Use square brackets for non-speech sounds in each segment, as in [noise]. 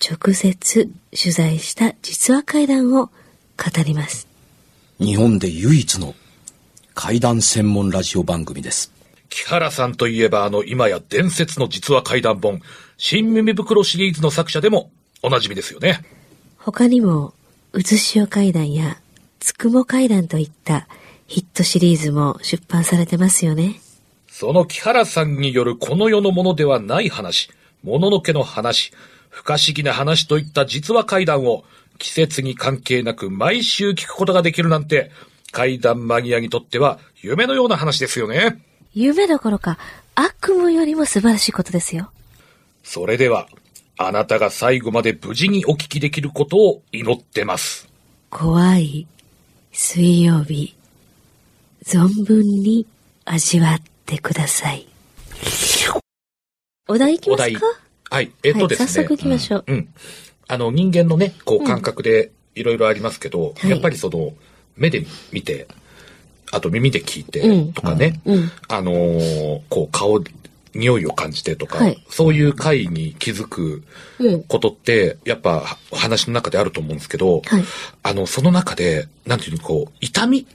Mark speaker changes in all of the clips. Speaker 1: 直接取材した実話怪談を語ります。
Speaker 2: 日本で唯一の怪談専門ラジオ番組です。
Speaker 3: 木原さんといえばあの今や伝説の実話怪談本、新耳袋シリーズの作者でもおなじみですよね。
Speaker 1: 他にも、うずしお怪談やつくも怪談といったヒットシリーズも出版されてますよね。
Speaker 3: その木原さんによるこの世のものではない話、もののけの話、不可思議な話といった実話怪談を季節に関係なく毎週聞くことができるなんて、怪談マニアにとっては夢のような話ですよね。
Speaker 1: 夢どころか悪夢よりも素晴らしいことですよ。
Speaker 3: それでは、あなたが最後まで無事にお聞きできることを祈ってます。
Speaker 1: 怖い水曜日存分に味わってくださいお題いき
Speaker 3: お
Speaker 1: ます
Speaker 3: 題
Speaker 1: か。
Speaker 3: はい。えっとです
Speaker 1: は
Speaker 3: ね。
Speaker 1: い、早速いきましょう、
Speaker 3: うん。あの、人間のね、こう感覚でいろいろありますけど、
Speaker 1: はい
Speaker 3: やっぱりその、目で見て、あと耳で聞いて
Speaker 1: うん
Speaker 3: とかね、
Speaker 1: うん
Speaker 3: あのーこう顔、匂いを感じてとか、
Speaker 1: はい
Speaker 3: そういう回に気づく
Speaker 1: うん
Speaker 3: ことって、やっぱは話の中であると思うんですけど、
Speaker 1: はい
Speaker 3: あの、その中で、なんていうの、こう、痛み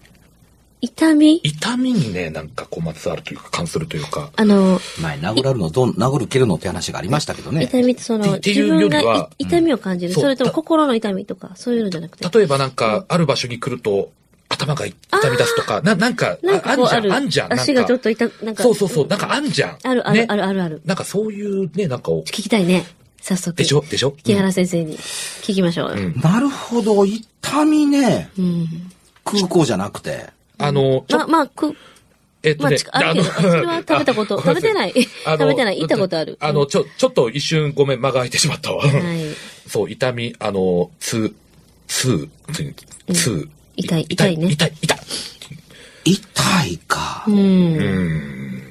Speaker 1: 痛み
Speaker 3: 痛みにね、なんかこう、まつわるというか、関するというか、
Speaker 1: あの
Speaker 2: 前、殴るのどん、殴る蹴るのって話がありましたけどね。
Speaker 1: 痛みってその
Speaker 3: ってい
Speaker 1: 自
Speaker 3: うよ
Speaker 1: 分が
Speaker 3: りはい
Speaker 1: 痛みを感じる、
Speaker 3: そう
Speaker 1: それとも
Speaker 3: た
Speaker 1: 心の痛みとかそういうのじゃなくて
Speaker 3: 例えばなんか、ある場所に来ると、頭が痛み出すとか、な、なんか、
Speaker 1: なんかこうあ
Speaker 3: んじゃん、
Speaker 1: る
Speaker 3: あんじゃん、なんか。
Speaker 1: 足がちょっと痛なんか
Speaker 3: そうそうそう、なんかあんじゃん。
Speaker 1: あるあるある
Speaker 3: ね、
Speaker 1: あるある
Speaker 3: なんかそういうね、なんかを、
Speaker 1: 聞きたいね早速
Speaker 3: でしょでしょ
Speaker 1: 木原先生に聞きましょう
Speaker 3: うん
Speaker 2: なるほど、痛みね。
Speaker 1: うん、
Speaker 2: 空港じゃなくて。
Speaker 3: あの、ちょ
Speaker 1: まあまあく
Speaker 3: えっと
Speaker 1: まあ
Speaker 3: ね
Speaker 1: ち、 [laughs] あるけどそれは食べたこと
Speaker 3: [laughs] あごめん
Speaker 1: 食べてない
Speaker 3: さあの
Speaker 1: 食べてない行ったことある
Speaker 3: あ
Speaker 1: う
Speaker 3: の、
Speaker 1: ん
Speaker 3: ちょ、ちょっと一瞬ごめん、間が空いてしまったわ。
Speaker 1: はい
Speaker 3: そう、痛み、あの、つ、つ、つ、つ、
Speaker 1: 痛い痛いね
Speaker 3: 痛い、痛い。
Speaker 2: 痛いか。
Speaker 1: うん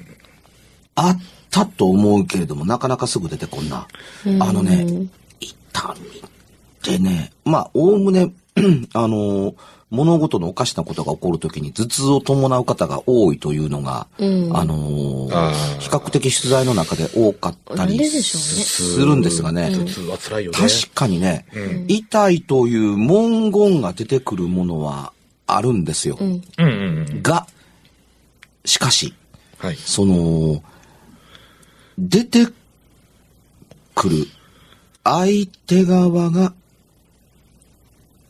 Speaker 2: あったと思うけれども、なかなかすぐ出てこんな。あのね、痛みってね、まあ、おおむね、 [clears throat] あの、物事のおかしなことが起こるときに頭痛を伴う方が多いというのが、
Speaker 1: うん
Speaker 2: あの
Speaker 3: あー
Speaker 2: 比較的取材の中で多かった
Speaker 1: なん
Speaker 2: り
Speaker 1: ででしょうね
Speaker 2: するんですがね、
Speaker 3: 頭痛は辛いよね。
Speaker 2: 確かにね、痛いという文言が出てくるものはあるんですよ。
Speaker 1: うん
Speaker 3: うんうんうん。
Speaker 2: が、しかし、
Speaker 3: はい。
Speaker 2: その、出てくる相手側が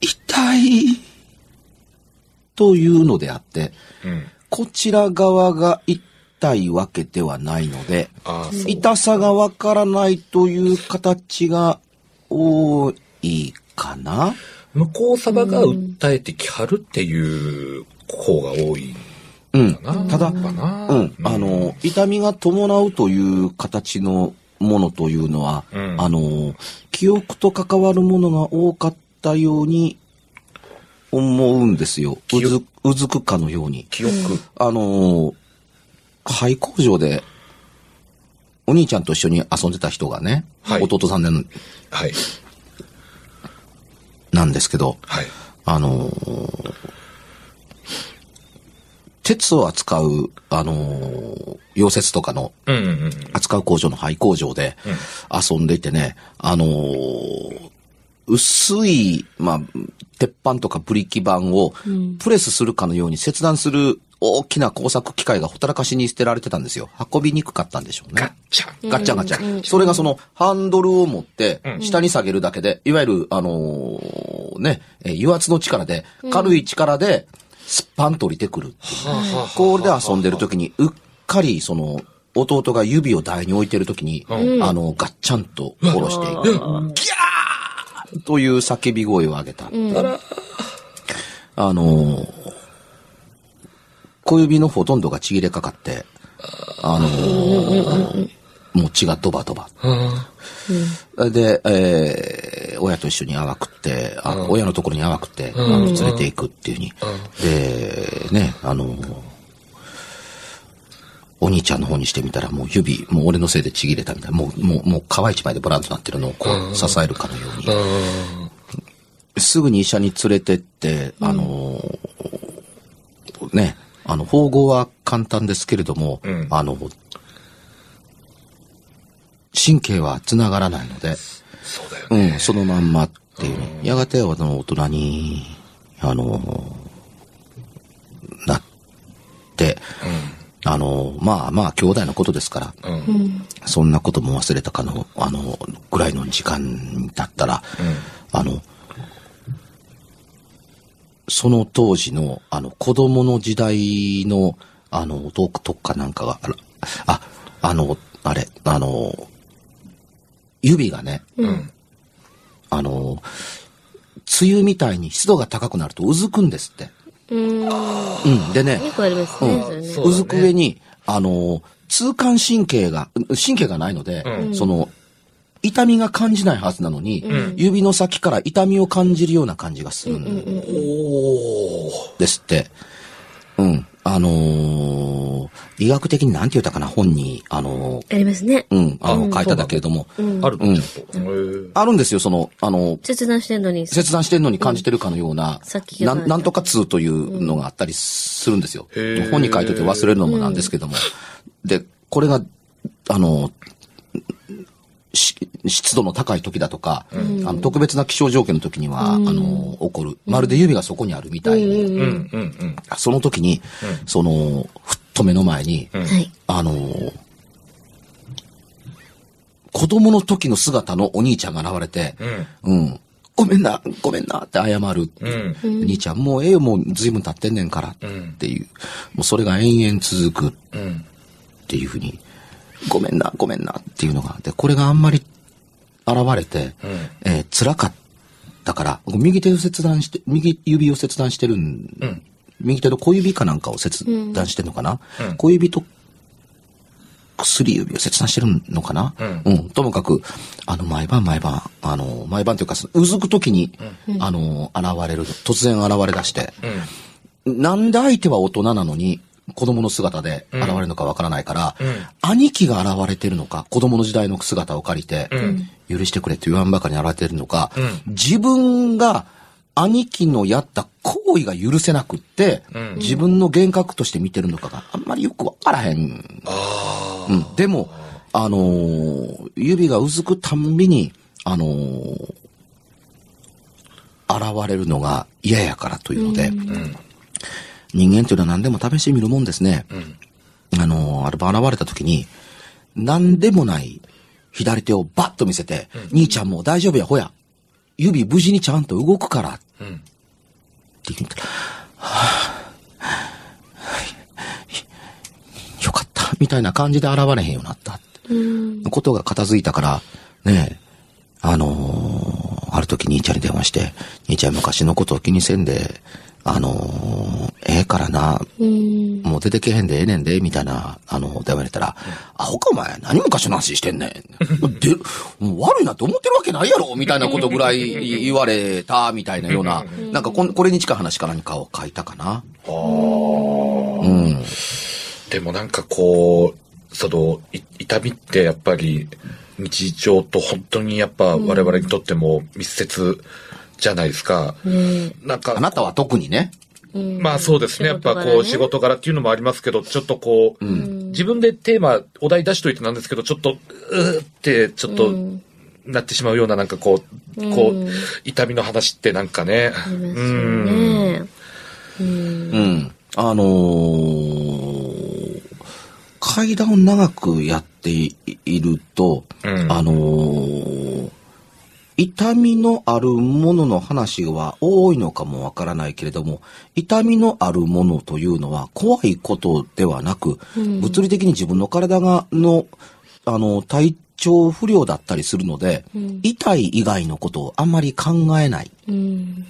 Speaker 2: 痛いというのであって、
Speaker 3: うん。
Speaker 2: こちら側が痛いわけではないので、
Speaker 3: ああ、そう。
Speaker 2: 痛さがわからないという形が多いかな。
Speaker 3: 向こう様が訴えてきはるっていう方が多い
Speaker 2: うん。
Speaker 3: かな。
Speaker 2: ただ
Speaker 3: やっぱな
Speaker 2: うん、あ、の、痛みが伴うという形のものというのは、
Speaker 3: うん
Speaker 2: あの、記憶と関わるものが多かったように思うんですよ。う
Speaker 3: 記憶
Speaker 2: ずうずくかのように。
Speaker 3: 記憶。
Speaker 2: あの、廃工場で、お兄ちゃんと一緒に遊んでた人がね、
Speaker 3: はい
Speaker 2: 弟さんなん
Speaker 3: はい。
Speaker 2: なんですけど、
Speaker 3: はい。
Speaker 2: あのー鉄を扱う、あのー溶接とかの
Speaker 3: うんうんうん。
Speaker 2: 扱う工場の廃工場で遊んでいてね、あのー薄い、まあ、鉄板とかブリキ板をプレスするかのように切断する大きな工作機械がほったらかしに捨てられてたんですよ。運びにくかったんでしょうね。
Speaker 3: ガッチャン。
Speaker 2: ガッチャンガッチャン。それがそのハンドルを持って、下に下げるだけで、いわゆる、あのーね、えー油圧の力で、軽い力で、スッパンと降りてくるっていう
Speaker 3: はあはあはあ
Speaker 2: これで遊んでる時に、うっかり、その、弟が指を台に置いてる時に、あの、ガッチャンと下ろしていく。ギャーという叫び声を上げた。
Speaker 3: あら、
Speaker 2: あのー小指のほとんどがちぎれかかって、あのーもう血がドバドバ。
Speaker 3: あ
Speaker 2: で、えー親と一緒に淡くって、あ親のところに淡くって、あの連れていくっていうふうに。で、ね、あのお兄ちゃんの方にしてみたら、もう指、もう俺のせいでちぎれたみたいな、もう、もう、もう皮一枚でボランとなってるのをこう、支えるかのように。
Speaker 3: あ
Speaker 2: すぐに医者に連れてって、あのーね、あの、縫合は簡単ですけれども、
Speaker 3: うん
Speaker 2: あの、神経は繋がらないので、
Speaker 3: そうだよ
Speaker 2: う
Speaker 3: ね。
Speaker 2: ん、そのまんまっていう、ねやがて、あの、大人に、あのーなって、あのーまあまあ、兄弟のことですから、
Speaker 3: うん。うん。
Speaker 2: そんなことも忘れたかの、あの、ぐらいの時間だったら、あの、その当時の、あの、子供の時代の、あの、トークとかなんかが、あらあ、あの、あれ、あの、指がね、
Speaker 3: うん。
Speaker 2: あの、梅雨みたいに湿度が高くなるとうずくんですって。
Speaker 1: うん。
Speaker 2: うん。でね、
Speaker 1: よくありますね、それね
Speaker 3: そう
Speaker 2: ずく上に、あの、痛感神経が、う神経がないので、
Speaker 3: う
Speaker 2: その、痛みが感じないはずなのに、
Speaker 3: ん
Speaker 2: 指の先から痛みを感じるような感じがするん
Speaker 3: おー。
Speaker 2: ですって。うん。あのー医学的になんて言ったかな、本に、あのー
Speaker 1: ありますね。
Speaker 2: うん、あの、書いたんだけれども、
Speaker 3: あるのちゃんと。へー
Speaker 2: あるんですよ、その、あの、
Speaker 1: 切断してんのに。
Speaker 2: 切断してるのに感じてるかのような、
Speaker 1: さっき言
Speaker 2: な
Speaker 1: った
Speaker 2: んなんとか痛というのがあったりするんですよ。
Speaker 3: へー
Speaker 2: 本に書いといて忘れるのもなんですけども。で、これが、あの、し湿度の高い時だとか、あの特別な気象条件の時には、あの、起こる。まるで指がそこにあるみたいに、
Speaker 3: うんうんうん。
Speaker 2: その時に、その、ふっと目の前に、
Speaker 1: はい。
Speaker 2: あの、子供の時の姿のお兄ちゃんが現れて、
Speaker 3: うん。
Speaker 2: うん。ごめんな、ごめんなって謝る。
Speaker 3: うん。
Speaker 2: 兄ちゃん、もうええよ、もう随分経ってんねんからっていう。もうそれが延々続くっ
Speaker 3: うん。
Speaker 2: ていうふうに、ごめんな、ごめんなっていうのが。で、これがあんまり現れて、えー辛かったから、右手を切断して、右指を切断してるん、
Speaker 3: うん
Speaker 2: 右手の小指かなんかを切断してるのかな、小指と薬指を切断してるのかな、うん、ともかく、あの、毎晩毎晩、あの、毎晩というか、そのうずくときに、あの、現れる、突然現れ出して、なんで相手は大人なのに、子供の姿で現れるのかわからないから、兄貴が現れてるのか、子供の時代の姿を借りて、許してくれと言わんばかりに現れてるのか、自分が兄貴のやった行為が許せなくって、自分の幻覚として見てるのかがあんまりよくわからへん
Speaker 3: あ
Speaker 2: うん、でも、あのー指がうずくたんびに、あのー現れるのが嫌やからというので、人間というのは何でも試してみるもんですね。あのーあれば現れた時に、何でもない左手をバッと見せて、兄ちゃんもう大丈夫や、ほや。指無事にちゃんと動くから。
Speaker 3: あ。うん。
Speaker 2: って言ったら、はぁ、よかった、みたいな感じで現れへんようになった。ことが片付いたから、ねえ、あのーある時兄ちゃんに電話して、兄ちゃん昔のことを気にせんで、あのーええからな、
Speaker 1: うん。
Speaker 2: もう出てけへんでええねんで、みたいな、あの、電話入れたら、アホかお前、何昔の話してんねん。で、もう悪いなって思ってるわけないやろ、みたいなことぐらい言われた、みたいなような、なんかこんこれに近い話か何かを書いたかな。うん。
Speaker 3: でもなんかこう、その、い痛みってやっぱり日常と本当にやっぱ我々にとっても密接じゃないですか。
Speaker 1: ね
Speaker 3: なん
Speaker 2: あ
Speaker 3: か、
Speaker 2: なたは特にね。
Speaker 1: うん
Speaker 3: まあそうですね。やっぱこう仕事柄っていうのもありますけど、ちょっとこう、自分でテーマ、お題出しといてなんですけど、ちょっと、うーって、ちょっと、なってしまうような、なんかこう、こ
Speaker 1: う、
Speaker 3: うん痛みの話ってなんかね。
Speaker 1: あります
Speaker 3: う
Speaker 1: よ
Speaker 3: ん。
Speaker 1: ね。うん。
Speaker 2: うん。あのー階段を長くやっていいると、
Speaker 3: うん
Speaker 2: あのー痛みのあるものの話は多いのかもわからないけれども、痛みのあるものというのは怖いことではなく、物理的に自分の体が、の、あの、体調不良だったりするので、痛い以外のことをあんまり考えない。
Speaker 1: うん。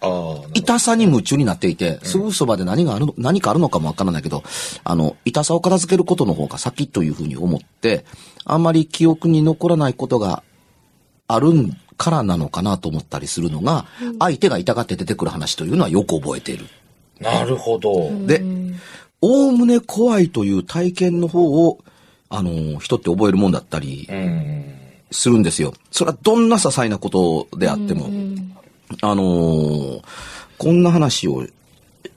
Speaker 3: ああ、
Speaker 2: 痛さに夢中になっていて、すぐそばで何があるの、何かあるのかもわからないけど、あの、痛さを片付けることの方が先というふうに思って、あんまり記憶に残らないことがあるんからなのかなと思ったりするのが、相手が痛がって出てくる話というのはよく覚えている。
Speaker 3: なるほど。
Speaker 2: で、おおむね怖いという体験の方を、あの、人って覚えるもんだったり
Speaker 3: うん。
Speaker 2: するんですよ。それはどんな些細なことであっても。あのーこんな話を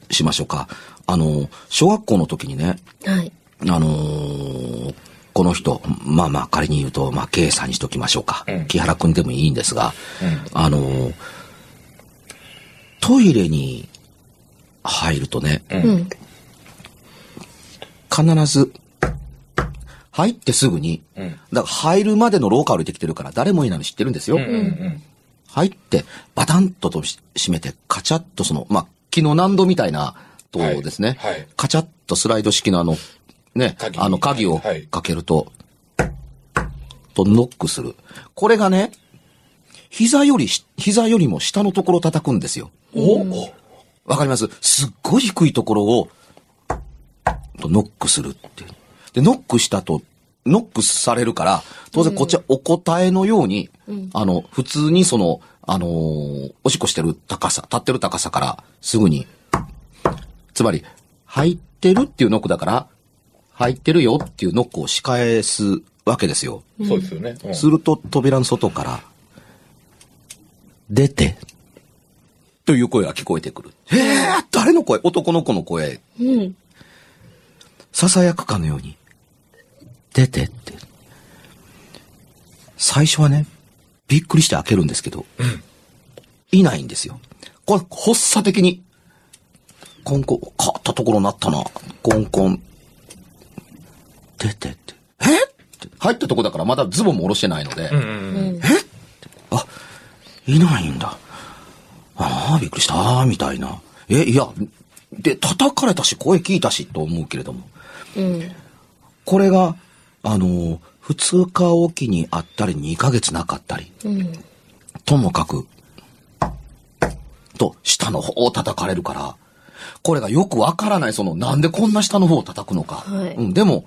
Speaker 2: しましょうか。あのー小学校の時にね、
Speaker 1: はい。
Speaker 2: あのーこの人、まあまあ仮に言うと、まあ K さんにしときましょうか。
Speaker 3: うん
Speaker 2: 木原くんでもいいんですが、
Speaker 3: うん
Speaker 2: あのートイレに入るとね、
Speaker 1: うん。
Speaker 2: 必ず、入ってすぐに、
Speaker 3: うん
Speaker 2: だから入るまでの廊下を歩いてきてるから誰もいないの知ってるんですよ。
Speaker 3: うんうん
Speaker 2: 入って、バタンととし閉めて、カチャッとその、まあ、木の難度みたいな、と
Speaker 3: はい
Speaker 2: ですね、
Speaker 3: はい
Speaker 2: カチャッとスライド式のあの、ね、
Speaker 3: 鍵
Speaker 2: あの鍵を
Speaker 3: はい
Speaker 2: かけると、とノックする。これがね、膝よりし、膝よりも下のところを叩くんですよ。
Speaker 3: うん。おお
Speaker 2: わかりますすっごい低いところを、とノックするっていう。で、ノックしたと、ノックされるから、当然こっちはお答えのように、あの、普通にその、あのーおしっこしてる高さ、立ってる高さから、すぐに、つまり、入ってるっていうノックだから、入ってるよっていうノックを仕返すわけですよ。
Speaker 3: そうですよね。うん
Speaker 2: すると、扉の外から、出て、という声が聞こえてくる。えー、誰の声男の子の声。
Speaker 1: うん。
Speaker 2: 囁くかのように、出てって。最初はね、びっくりして開けるんですけど、いないんですよ。これ、発作的に、コンコン、変わったところになったな。コンコン、出てって。えって入ったとこだからまだズボンも下ろしてないので、
Speaker 3: うんうん
Speaker 2: あ、いないんだ。ああ、びっくりした、みたいな。え、いや、で、叩かれたし、声聞いたし、と思うけれども。
Speaker 1: うん。
Speaker 2: これが、あの、2日おきにあったり、2ヶ月なかったり、
Speaker 1: うん。
Speaker 2: ともかく、と、下の方を叩かれるから、これがよくわからない、その、なんでこんな下の方を叩くのか。
Speaker 1: はい
Speaker 2: うん、でも、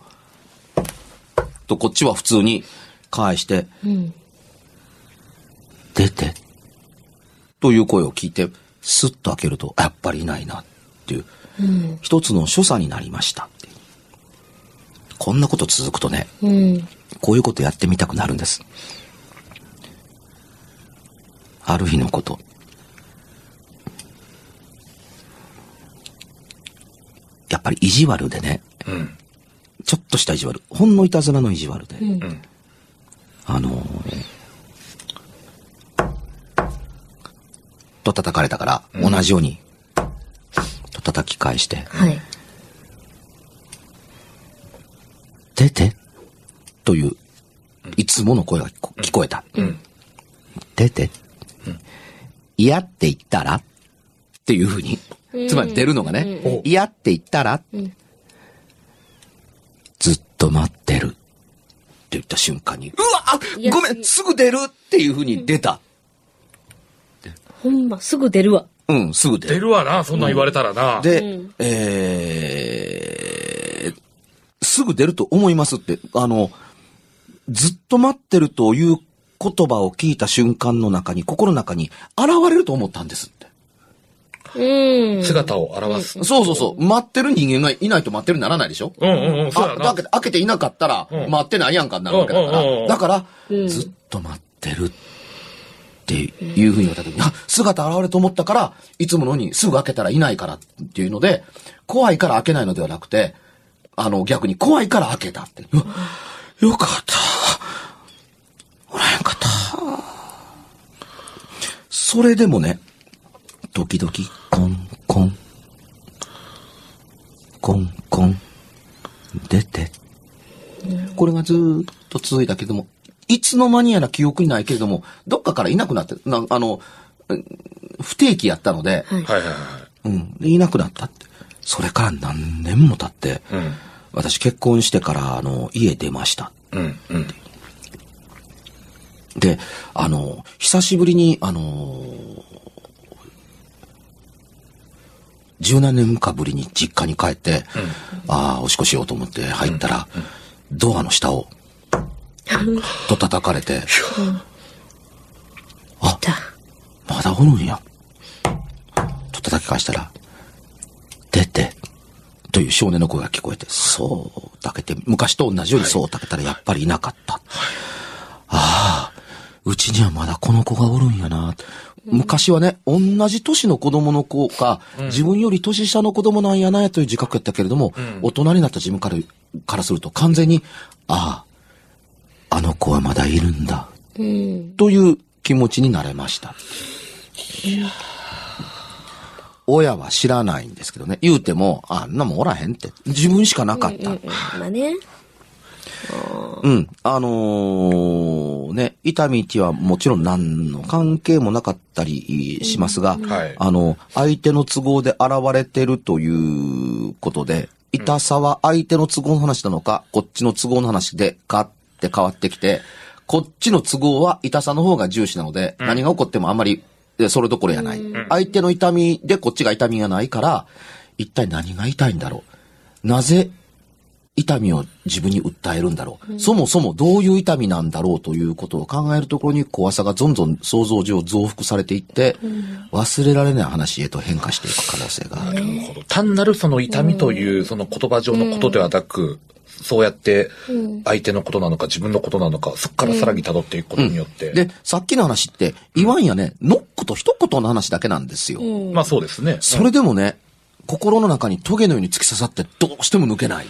Speaker 2: と、こっちは普通に返して、
Speaker 1: うん。
Speaker 2: 出て。という声を聞いて、スッと開けると、あやっぱりいないな、っていう、
Speaker 1: うん。
Speaker 2: 一つの所作になりましたっていう。こんなこと続くとね、
Speaker 1: うん。
Speaker 2: こういうことやってみたくなるんです。ある日のこと。やっぱり意地悪でね、
Speaker 3: うん
Speaker 2: ちょっとした意地悪、ほんのいたずらの意地悪で、
Speaker 3: うん
Speaker 2: あのーと叩かれたから、同じように、と叩き返して、
Speaker 1: はい。
Speaker 2: 出てという、いつもの声が聞こ聞こえた。出て。嫌って言ったらっていうふうに。つまり出るのがね、嫌って言ったら、ずっと待ってる。って言った瞬間に、うわあ
Speaker 1: や
Speaker 2: ごめんすぐ出るっていうふうに出た。
Speaker 1: ほんま、すぐ出るわ。
Speaker 2: うん、すぐ出る
Speaker 3: 出。るわな、そんなん言われたらな。
Speaker 2: で、
Speaker 1: うん
Speaker 2: えーすぐ出ると思いますって、あの、ずっと待ってるという言葉を聞いた瞬間の中に、心の中に現れると思ったんですって。
Speaker 1: うん。
Speaker 3: 姿を表す。
Speaker 2: そうそうそう。待ってる人間がいないと待ってるにならないでしょ
Speaker 3: うんうんうん、そうや
Speaker 2: あだ
Speaker 3: な
Speaker 2: け。開けていなかったら、
Speaker 3: うん
Speaker 2: 待ってないやんかになるわけだか
Speaker 3: うんうんうんう
Speaker 2: ら。
Speaker 3: ん
Speaker 2: だから、
Speaker 1: うん
Speaker 2: ずっと待ってるっていうふうに言われた時に、あ、姿現れると思ったから、いつものにすぐ開けたらいないからっていうので、怖いから開けないのではなくて、あの、逆に怖いから開けたって。うわよかった。おらへんかった。それでもね、時々、コンコン。コンコン。出て。これがずーっと続いたけども、いつの間にやら記憶にないけれども、どっかからいなくなって、なあの、うん不定期やったので、
Speaker 1: はい。
Speaker 3: はいはいは
Speaker 2: うん、でいなくなったって。それから何年も経って、
Speaker 3: い。うん。
Speaker 2: 私結婚してから、あの、家出ました。
Speaker 3: うんうん。
Speaker 2: で、あの、久しぶりに、あの、 17年かぶりに実家に帰って、ああ、おしっこしようと思って入ったら、ドアの下 [laughs] を、と叩かれて、
Speaker 1: た。
Speaker 2: まだおるんや。と叩き返したら、出て、という少年の声が聞こえて、そうだけて、昔と同じようにそうだけたらやっぱりいなかった。ああ、うちにはまだこの子がおるんやな。昔はね、同じ年の子供の子か、自分より年下の子供なんやなという自覚やったけれども、大人になった自分からからすると完全に、ああ、あの子はまだいるんだ、
Speaker 1: うん。
Speaker 2: という気持ちになれました。親は知らないんですけどね。言うても、あんなもんおらへんって。自分しかなかった。
Speaker 1: まあね。
Speaker 2: うん。あのーね、痛みっていうのはもちろん何の関係もなかったりしますが、
Speaker 3: はい
Speaker 2: あの、相手の都合で現れてるということで、痛さは相手の都合の話なのか、こっちの都合の話でかって変わってきて、こっちの都合は痛さの方が重視なので、何が起こってもあんまり、えそれどころやない。相手の痛みでこっちが痛みがないから、一体何が痛いんだろう。なぜ痛みを自分に訴えるんだろう、そもそもどういう痛みなんだろうということを考えるところに怖さがどんどん想像上増幅されていって、忘れられない話へと変化していく可能性がある。
Speaker 3: なるほど単なるその痛みというその言葉上のことではなく、そうやって相手のことなのか自分のことなのか、そこからさらに辿っていくことによって。
Speaker 2: で、さっきの話って言わんやね、ノックと一言の話だけなんですよ。
Speaker 3: まあそうですね。
Speaker 2: それでもね、心の中にトゲのように突き刺さってどうしても抜けない。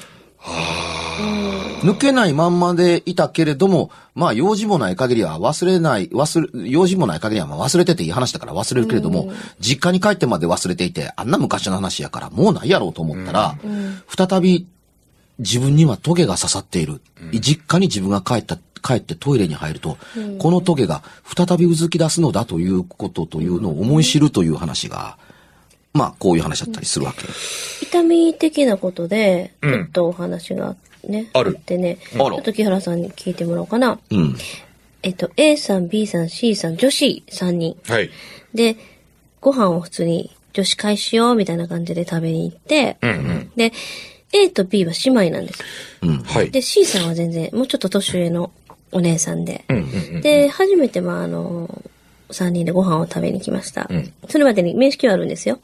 Speaker 2: 抜けないまんまでいたけれども、まあ用事もない限りは忘れない、忘れ、用事もない限りはまあ忘れてていい話だから忘れるけれども、実家に帰ってまで忘れていて、あんな昔の話やからもうないやろうと思ったら、再び自分にはトゲが刺さっている。実家に自分が帰った、帰ってトイレに入ると、このトゲが再びうずき出すのだということというのを思い知るという話が、まあ、こういう話だったりするわけ。
Speaker 1: 痛み的なことで、ち
Speaker 3: うん
Speaker 1: ょっとお話がね、
Speaker 3: ある
Speaker 1: ってね、
Speaker 2: あ
Speaker 1: ち
Speaker 2: ら
Speaker 1: ょっと木原さんに聞いてもらおうかな。
Speaker 2: うん。
Speaker 1: えっと、A さん、B さん、C さん、女子3人。
Speaker 3: はい。
Speaker 1: で、ご飯を普通に女子会しようみたいな感じで食べに行って、
Speaker 3: うんうん。
Speaker 1: で、A と B は姉妹なんです。
Speaker 2: うん。
Speaker 3: はい。
Speaker 1: で、C さんは全然、もうちょっと年上のお姉さんで。
Speaker 3: うんうんうん。
Speaker 1: で、初めて、まあ、あの、3人でご飯を食べに来ました。
Speaker 3: ん
Speaker 1: それまでに面識はあるんですよ。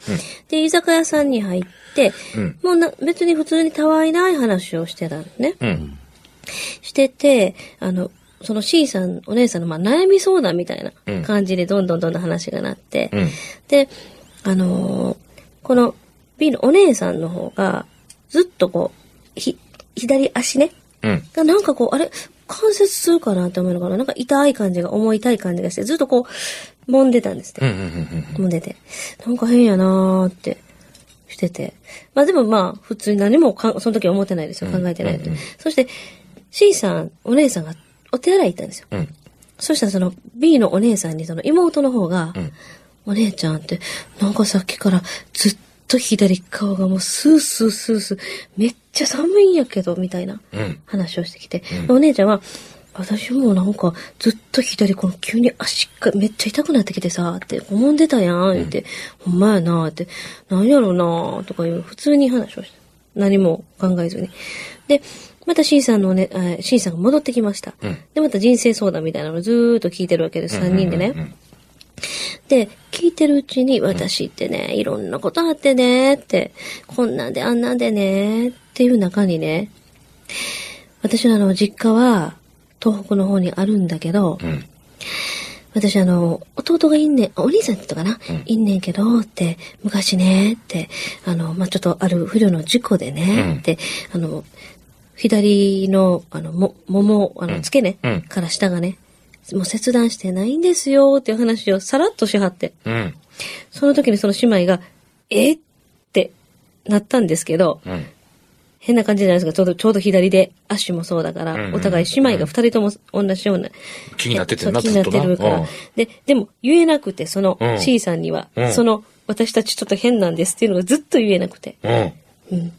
Speaker 1: で、居酒屋さんに入って、
Speaker 3: うん
Speaker 1: もうな別に普通にたわいない話をしてたのね。
Speaker 3: うん。
Speaker 1: してて、あの、その C さん、お姉さんの、まあ、悩み相談みたいな感じで、どんどんどんどん話がなって、
Speaker 3: うん。
Speaker 1: で、あのーこの B のお姉さんの方が、ずっとこう、ひ、左足ね、
Speaker 3: うん。
Speaker 1: がなんかこう、あれ関節痛かなって思うのかななんか痛い感じが、重い痛い感じがして、ずっとこう、揉んでたんですって
Speaker 3: うん。うんうん
Speaker 1: 揉んでて。なんか変やなーって。してて。まあでもまあ、普通に何もかんその時は思ってないですよ。考えてないと。そして、C さん、お姉さんがお手洗い行ったんですよ。
Speaker 3: うん。うん。
Speaker 1: そしたらその B のお姉さんにその妹の方が、お姉ちゃんって、なんかさっきからずっと左顔がもうスースースースー、めっちゃ寒いんやけど、みたいな
Speaker 3: うん
Speaker 1: 話をしてきて、お姉ちゃんは、私もなんかずっと左この急に足がめっちゃ痛くなってきてさ、って思んでたやん、言って、ほんまやな、って、なんやろな、とかいう普通に話をして、何も考えずに。で、また C さんのね、えー C さんが戻ってきました。
Speaker 3: ん
Speaker 1: で、また人生相談みたいなのをずーっと聞いてるわけです、3人でね。で、聞いてるうちに、私ってね、いろんなことあってね、って、こんなんであんなんでね、っていう中にね、私のあの、実家は、東北の方にあるんだけど、
Speaker 3: うん。
Speaker 1: 私あの、弟がいんねん、あお兄さんって言ったかな、いんねんけど、って、昔ね、って、あの、まあ、ちょっとある不慮の事故でね、
Speaker 3: うん
Speaker 1: って、あの、左の、あの、も、もも、あの、付けね、
Speaker 3: うん
Speaker 1: から下がね、もう切断してないんですよ、っていう話をさらっとしはって。
Speaker 3: うん。
Speaker 1: その時にその姉妹が、えってなったんですけど、
Speaker 3: うん。
Speaker 1: 変な感じじゃないですか。ちょうど、ちょうど左で、足もそうだから、
Speaker 3: うんうん
Speaker 1: お互い姉妹が二人とも同じような。
Speaker 3: 気になってて
Speaker 1: そう
Speaker 3: な、
Speaker 1: 気
Speaker 3: ず
Speaker 1: にな
Speaker 3: っ
Speaker 1: っ
Speaker 3: と
Speaker 1: て
Speaker 3: な。
Speaker 1: るから。で、でも言えなくて、その
Speaker 3: うん
Speaker 1: C さんには、
Speaker 3: うん
Speaker 1: その、私たちちょっと変なんですっていうのがずっと言えなくて。
Speaker 3: うん。うん。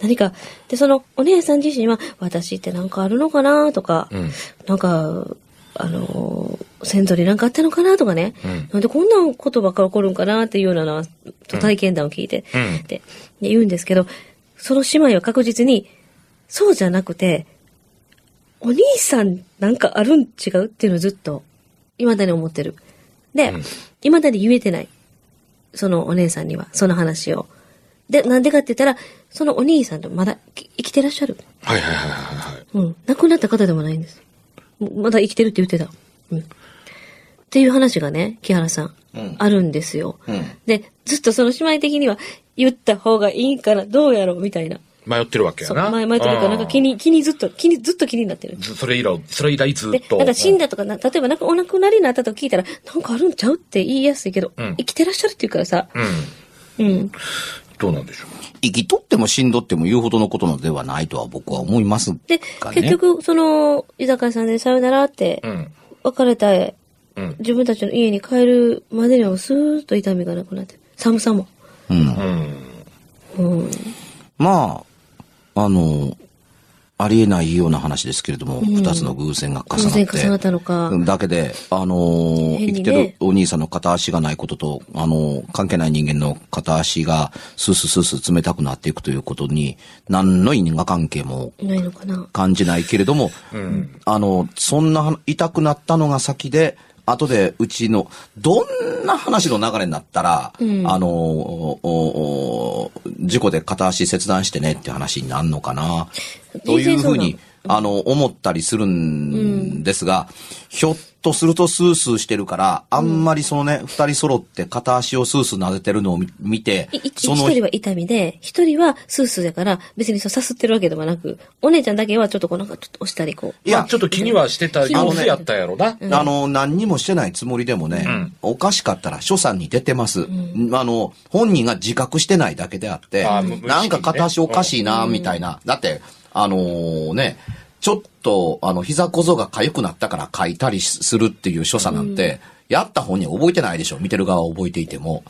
Speaker 1: 何か、で、そのお姉さん自身は、私ってなんかあるのかなとか、
Speaker 3: うん
Speaker 1: なんか、あのー先祖に何かあったのかなとかね、なんでこんなことばっかり起こるんかなっていうようなな体験談を聞いて、
Speaker 3: うん
Speaker 1: でで言うんですけど、その姉妹は確実に、そうじゃなくて、お兄さんなんかあるん違うっていうのをずっと、未だに思ってる。で、未だに言えてない。そのお姉さんには、その話を。で、なんでかって言ったら、そのお兄さんとまだき生きてらっしゃる。
Speaker 3: はいはいはいはいはい。
Speaker 1: うん。亡くなった方でもないんです。もうまだ生きてるって言ってた。うん。っていう話がね、木原さん、
Speaker 2: うん
Speaker 1: あるんですよ。
Speaker 2: うん
Speaker 1: で、ずっとその姉妹的には、言った方がいいんかな、どうやろう、みたいな。
Speaker 3: 迷ってるわけや
Speaker 1: そう、
Speaker 3: な。
Speaker 1: 前々というか、なんか気
Speaker 3: に。
Speaker 1: に、気にずっと、気に、ずっと気になってる。
Speaker 3: ずそれ以来、それ以来ず
Speaker 1: で
Speaker 3: っ、と。
Speaker 1: なんか死ん
Speaker 3: だ。
Speaker 1: だとかな、例えばなんかお亡くなりになったと聞いたら、なんかあるんちゃうって言いやすいけど、
Speaker 3: うん
Speaker 1: 生きてらっしゃるっていうからさ、
Speaker 3: うん。
Speaker 1: うん。
Speaker 3: どうなんでしょう。
Speaker 2: 生きとっても死んどっても言うほどのことのではないとは僕は思いますがね。
Speaker 1: で、結局、その、居酒屋さんでさよならって
Speaker 3: う、ん。
Speaker 1: 別れたい
Speaker 3: うん。
Speaker 1: 自分たちの家に帰るまでにはもうスーッと痛みがなくなって寒さも、
Speaker 2: うん
Speaker 3: う。ん。
Speaker 1: うん、
Speaker 2: まあ、あの、ありえないような話ですけれども、二、つの偶然が重
Speaker 1: 偶
Speaker 2: な
Speaker 1: 然
Speaker 2: って。
Speaker 1: 重なったのか、
Speaker 2: だけで、あのー
Speaker 1: 変にね
Speaker 2: 生きてるお兄さんの片足がないことと、あのー関係ない人間の片足がスースースースー冷たくなっていくということに、何の因果関係も
Speaker 1: ないのかな
Speaker 2: 感じないけれども、
Speaker 3: うん。
Speaker 2: あの、そんなは、痛くなったのが先で、後でうちの、どんな話の流れになったら、
Speaker 1: うん
Speaker 2: あの、おお事故で片足切断してねって話になるのかな、というふうに
Speaker 1: 人生、
Speaker 2: あの、思ったりするんですが、ひょっとするとスースーしてるから、あんまりそのね、二人揃って片足をスースー撫でてるのを見見て
Speaker 1: いい、一
Speaker 2: その、
Speaker 1: 人は痛みで、一人はスースーだから、別にそうさすってるわけでもなく、お姉ちゃんだけはちょっとこうなんかちょっと押したりこう。
Speaker 2: い
Speaker 3: まあ
Speaker 2: や
Speaker 3: ち、ょっと気にはしてた
Speaker 1: 気には
Speaker 3: 様子やったやろな。
Speaker 2: あの、何にもしてないつもりでもね、
Speaker 3: ん
Speaker 2: おかしかったら所さんに出てます、あの、本人が自覚してないだけであって、
Speaker 3: あー無無意識にね
Speaker 2: なんか片足おかしいな、みたいな。だって、あのーね、ちょっと、あの、膝小僧が痒くなったから書いたりしするっていう所作なんて、やった本人覚えてないでしょ。見てる側は覚えていても。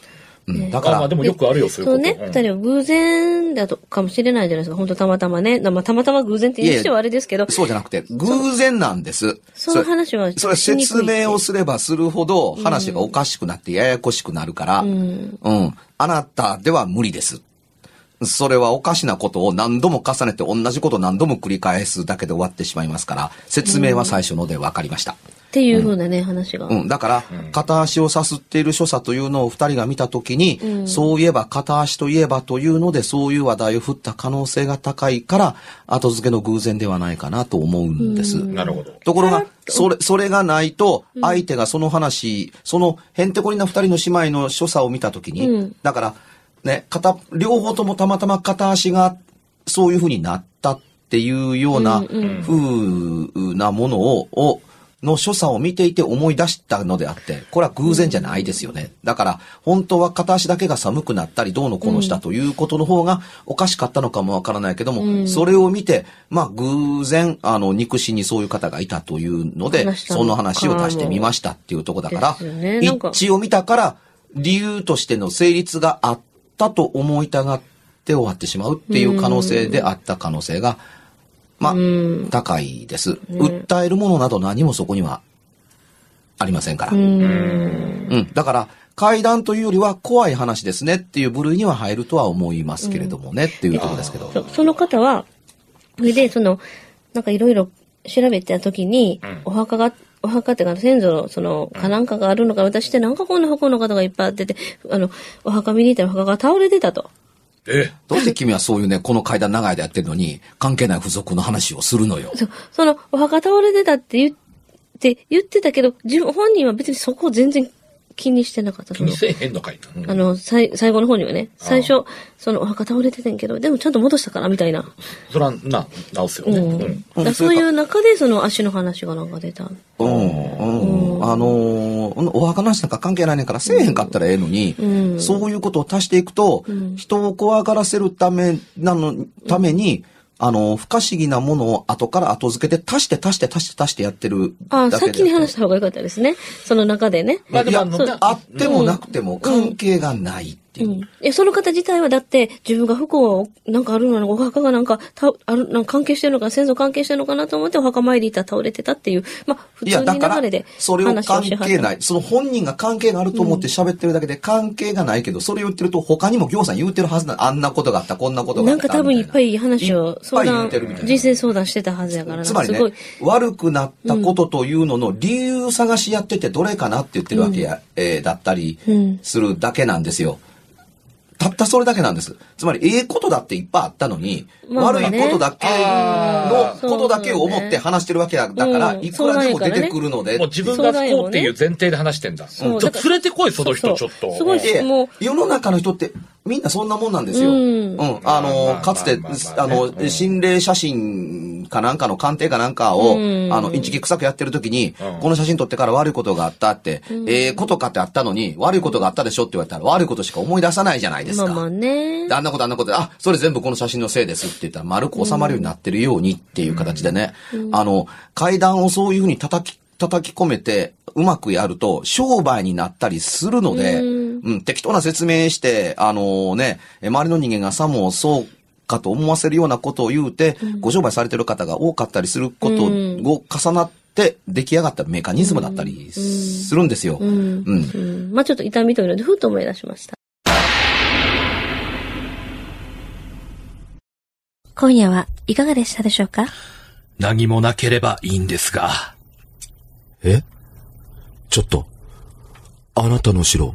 Speaker 2: うん、だか
Speaker 3: あまあ
Speaker 2: ら
Speaker 3: で、もよくあるよ、そう
Speaker 1: そ
Speaker 3: いうこ
Speaker 1: の
Speaker 3: と。
Speaker 1: ね、
Speaker 3: うん
Speaker 1: 二人は偶然だとかもしれないじゃないですか。本当たまたまね。まあ、たまたま偶然って言う人はあれですけど、
Speaker 2: そうじゃなくて、偶然なんです。
Speaker 1: その話は
Speaker 2: それ
Speaker 1: しにくいって
Speaker 2: 説明をすればするほど話がおかしくなってややこしくなるから、うん、あなたでは無理です。それはおかしなことを何度も重ねて同じことを何度も繰り返すだけで終わってしまいますから、説明は最初ので分かりました。
Speaker 1: っていうふうなね、話が。
Speaker 2: うん、だから、片足をさすっている所作というのを二人が見たときに、そういえば片足といえばというので、そういう話題を振った可能性が高いから、後付けの偶然ではないかなと思うんです。
Speaker 3: なるほど。
Speaker 2: ところ
Speaker 1: さら
Speaker 2: が
Speaker 1: っ、と
Speaker 2: それ、それがないと、相手がその話、そのへんてこりな二人の姉妹の所作を見たときに、
Speaker 1: うん
Speaker 2: だから、ね、片、両方ともたまたま片足が、そういうふうになったっていうような、ふうなものを、をの所作を見ていて思い出したのであって、これは偶然じゃないですよね。だから、本当は片足だけが寒くなったり、どうのこうのしたということの方がおかしかったのかもわからないけども、それを見て、まあ、偶然、あの、憎しにそういう方がいたというので、
Speaker 1: 話したのか
Speaker 2: その話を出してみましたっていうところだか
Speaker 1: ですよ
Speaker 2: ら、
Speaker 1: ねなんか
Speaker 2: 一致を見たから、理由としての成立があったと思いたがって終わってしまうっていう可能性であった可能性が、まあ、高いです。訴えるものなど何もそこにはありませんから。うん,、だから、階段というよりは怖い話ですねっていう部類には入るとは思いますけれどもね、っていうところですけど。
Speaker 1: そうその方は、それで、その、なんかいろいろ調べてた時に、お墓が、お墓っていうか、先祖の、その、かなんかがあるのか、私ってなんかこんな不幸の方がいっぱいあってて、あの、お墓見に行ったらお墓が倒れてたと。
Speaker 3: え、
Speaker 2: どうして君はそういうね、この階段長い間やってるのに、関係ない付属の話をするのよ。
Speaker 1: そうその、お墓倒れてたって言って、言ってたけど、自分、本人は別にそこを全然気にしてなかった。そ
Speaker 3: 気
Speaker 1: の
Speaker 3: にせえへんのかいな。
Speaker 1: あの、最、最後の方にはね、最初、その、お墓倒れててんけど、でもちゃんと戻したから、みたいな。
Speaker 3: そら、な、直すよ
Speaker 1: う
Speaker 3: ね。
Speaker 1: ん。
Speaker 3: うん。
Speaker 1: だからそういう中で、その足の話がなんか出た。
Speaker 2: うん、うん、あのーお墓の話なんか関係ないねんからせえへんかったらええのに、
Speaker 1: うん
Speaker 2: そういうことを足していくと、人を怖がらせるためなの、ために、あの、不可思議なものを後から後付けて足して足して足して足してやってる
Speaker 1: あ
Speaker 2: だ
Speaker 1: あ、
Speaker 2: けであって。
Speaker 1: 先に話した方が良かったですね。その中でね。
Speaker 3: まあで
Speaker 2: い
Speaker 3: も
Speaker 2: や
Speaker 3: あの、な
Speaker 2: あってもなくても関係がないっっていう。
Speaker 1: うんえ、その方自体はだって、自分が不幸をなんかあるのか、お墓がなんか、たあるなんか関係してるのか、先祖関係してるのかなと思って、お墓参り行ったら倒れてたっていう、まあ、普
Speaker 2: い
Speaker 1: 通
Speaker 2: や、だ
Speaker 1: に
Speaker 2: から
Speaker 1: 流れで、話
Speaker 2: それを
Speaker 1: を
Speaker 2: 関
Speaker 1: しは
Speaker 2: 係
Speaker 1: る。
Speaker 2: ない。その本人が関係があると思って喋ってるだけで関係がないけど、それを言ってると他にも行さん言ってるはずなあんなことがあった、こんなことがあ
Speaker 1: な
Speaker 2: っ
Speaker 1: ん
Speaker 2: た。
Speaker 1: か多分いっぱい話
Speaker 2: いっ
Speaker 1: を相
Speaker 2: ぱい言っ
Speaker 1: 談
Speaker 2: てるみたい、な
Speaker 1: 人生相談してたはずやからな。
Speaker 2: つまり
Speaker 1: す
Speaker 2: ね
Speaker 1: ごい。、
Speaker 2: 悪くなったことというのの理由探しやっててどれかなって言ってるわけや、えーだったり
Speaker 1: うん
Speaker 2: するだけなんですよ。たったそれだけなんです。つまり、ええことだっていっぱいあったのに、
Speaker 1: まあまあね
Speaker 2: 悪いことだけ
Speaker 3: あー
Speaker 2: のことだけを思って話してるわけだから、
Speaker 1: うん
Speaker 2: いくらでも出てくるので、
Speaker 3: もう自分が不幸っていう前提で話してんだ。
Speaker 1: そう
Speaker 3: ち
Speaker 1: だ
Speaker 3: ょっ
Speaker 1: か
Speaker 3: と
Speaker 1: ら
Speaker 3: 連れてこい、その人、ち
Speaker 1: そ
Speaker 3: ょ
Speaker 1: う
Speaker 3: っ
Speaker 1: そう
Speaker 3: と。
Speaker 1: すごい
Speaker 2: で
Speaker 1: もう
Speaker 2: 世の中の人ってみんなそんなもんなんですよ。
Speaker 1: う
Speaker 2: うんん。あの、かつて
Speaker 3: まあまあまあまあ、
Speaker 2: あ
Speaker 3: ねう
Speaker 2: の、
Speaker 3: ん
Speaker 2: 心霊写真かなんかの鑑定かなんかを、
Speaker 1: うん
Speaker 2: あの、インチキ臭くやってる時に、
Speaker 3: うん
Speaker 2: この写真撮ってから悪いことがあったって、ええことかってあったのに、悪いことがあったでしょって言われたら悪いことしか思い出さないじゃないです
Speaker 1: ま
Speaker 2: か。
Speaker 1: あまあね
Speaker 2: で。あんなことあんなことで、あ、それ全部この写真のせいですって言ったら丸く収まるようになってるようにっていう形でね、あの、階段をそういうふうに叩き、叩き込めて、うまくやると、商売になったりするので、
Speaker 1: うん
Speaker 2: うん、適当な説明して、あのね、え周りの人間がさもそうかと思わせるようなことを言うて、ご商売されてる方が多かったりすることを
Speaker 1: うん
Speaker 2: 重なって出来上がったメカニズムだったりするんですよ。
Speaker 1: うん。
Speaker 2: うん
Speaker 1: うんまあちょっと痛みというので、ふっと思い出しました。今夜はいかがでしたでしょうか
Speaker 3: 何もなければいいんですが。
Speaker 4: えちょっと。あなたの城、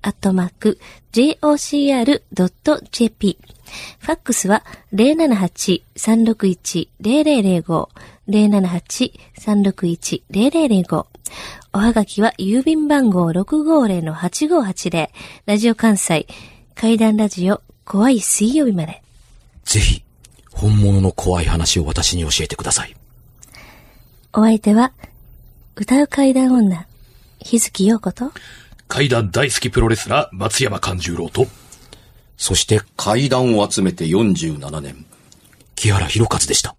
Speaker 1: アットマーク、jocr.jp。ファックスは、078-361-0005、078-361-0005。おはがきは、郵便番号650-8580、ラジオ関西、階段ラジオ、怖い水曜日まで。
Speaker 4: ぜひ、本物の怖い話を私に教えてください。
Speaker 1: お相手は、歌う階段女、日月陽子と、
Speaker 3: 階段大好きプロレスラー、松山勘十郎と、
Speaker 4: そして、
Speaker 2: 階段を集めて47年。
Speaker 4: 木原博一でした。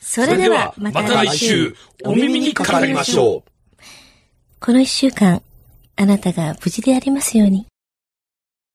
Speaker 1: それではまた来週、
Speaker 3: お耳にかかりましょう。
Speaker 1: この一週間、あなたが無事でありますように。